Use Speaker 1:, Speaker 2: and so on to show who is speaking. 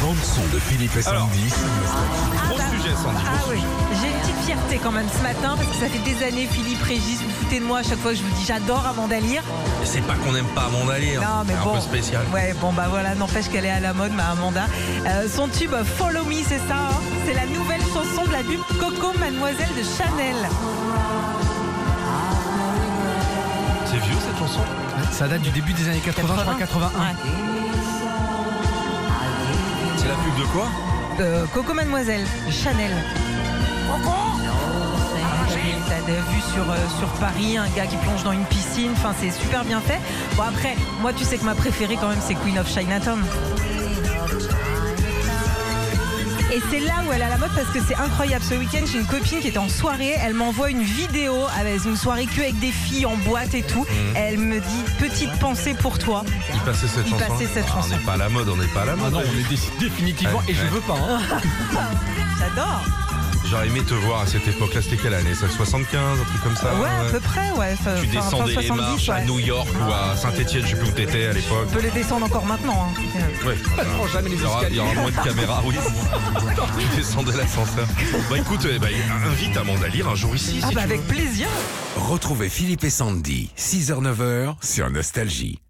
Speaker 1: bande-son de Philippe et
Speaker 2: Alors.
Speaker 1: Sandy.
Speaker 2: Gros
Speaker 3: bah-
Speaker 2: sujet, Sandy.
Speaker 3: Ah oui, j'ai une petite fierté quand même ce matin parce que ça fait des années, Philippe Régis, vous foutez de moi à chaque fois que je vous dis j'adore Amanda Lear.
Speaker 4: C'est pas qu'on n'aime pas Amandalier,
Speaker 3: Non, mais
Speaker 4: hein. c'est
Speaker 3: bon.
Speaker 4: un peu spécial.
Speaker 3: Ouais, bon bah voilà, n'empêche qu'elle est à la mode, ma Amanda. Euh, son tube Follow Me, c'est ça, hein c'est la nouvelle chanson de la pub Coco Mademoiselle de Chanel.
Speaker 2: C'est vieux cette chanson
Speaker 5: Ça date du début des années 80, je crois, 81.
Speaker 3: Ouais.
Speaker 2: C'est la pub de quoi
Speaker 3: Euh, Coco Mademoiselle de Chanel. Ah, Coco T'as vu sur, euh, sur Paris un gars qui plonge dans une piscine, enfin c'est super bien fait. Bon après, moi tu sais que ma préférée quand même c'est Queen of Chinatown. Et c'est là où elle est à la mode parce que c'est incroyable. Ce week-end, j'ai une copine qui était en soirée. Elle m'envoie une vidéo avec une soirée que avec des filles en boîte et tout.
Speaker 4: Mhm.
Speaker 3: Elle me dit petite pensée pour toi.
Speaker 4: Il passait cette
Speaker 3: Il
Speaker 4: chanson.
Speaker 3: passait cette
Speaker 4: Ah,
Speaker 3: chanson.
Speaker 4: On n'est pas à la mode, on n'est pas à la
Speaker 5: Ah
Speaker 4: mode.
Speaker 5: non, on est dé- définitivement,
Speaker 4: Ouais,
Speaker 5: et je
Speaker 4: ouais.
Speaker 5: veux pas. hein.
Speaker 3: J'adore.
Speaker 4: J'aurais aimé te voir à cette époque-là. C'était quelle année Ça 75, un truc comme ça
Speaker 3: ouais, à peu près. Ouais. Enfin,
Speaker 4: Ah Tu
Speaker 3: fin- fin
Speaker 4: descendais les
Speaker 3: 70,
Speaker 4: marches à
Speaker 3: ouais. Ah.
Speaker 4: New York ou à Saint-Etienne, je sais plus où t'étais à l'époque.
Speaker 3: On peut les descendre encore maintenant. hein.
Speaker 4: Ouais.
Speaker 5: prends jamais les
Speaker 4: il, y aura, il y aura moins de caméras, oui. tu descendais l'ascenseur. Bah écoute, eh ben, invite Amanda Lear un jour ici.
Speaker 3: Ah
Speaker 4: si
Speaker 3: bah
Speaker 4: tu veux.
Speaker 3: avec plaisir
Speaker 1: Retrouvez Philippe et Sandy, 6h-9h sur Nostalgie.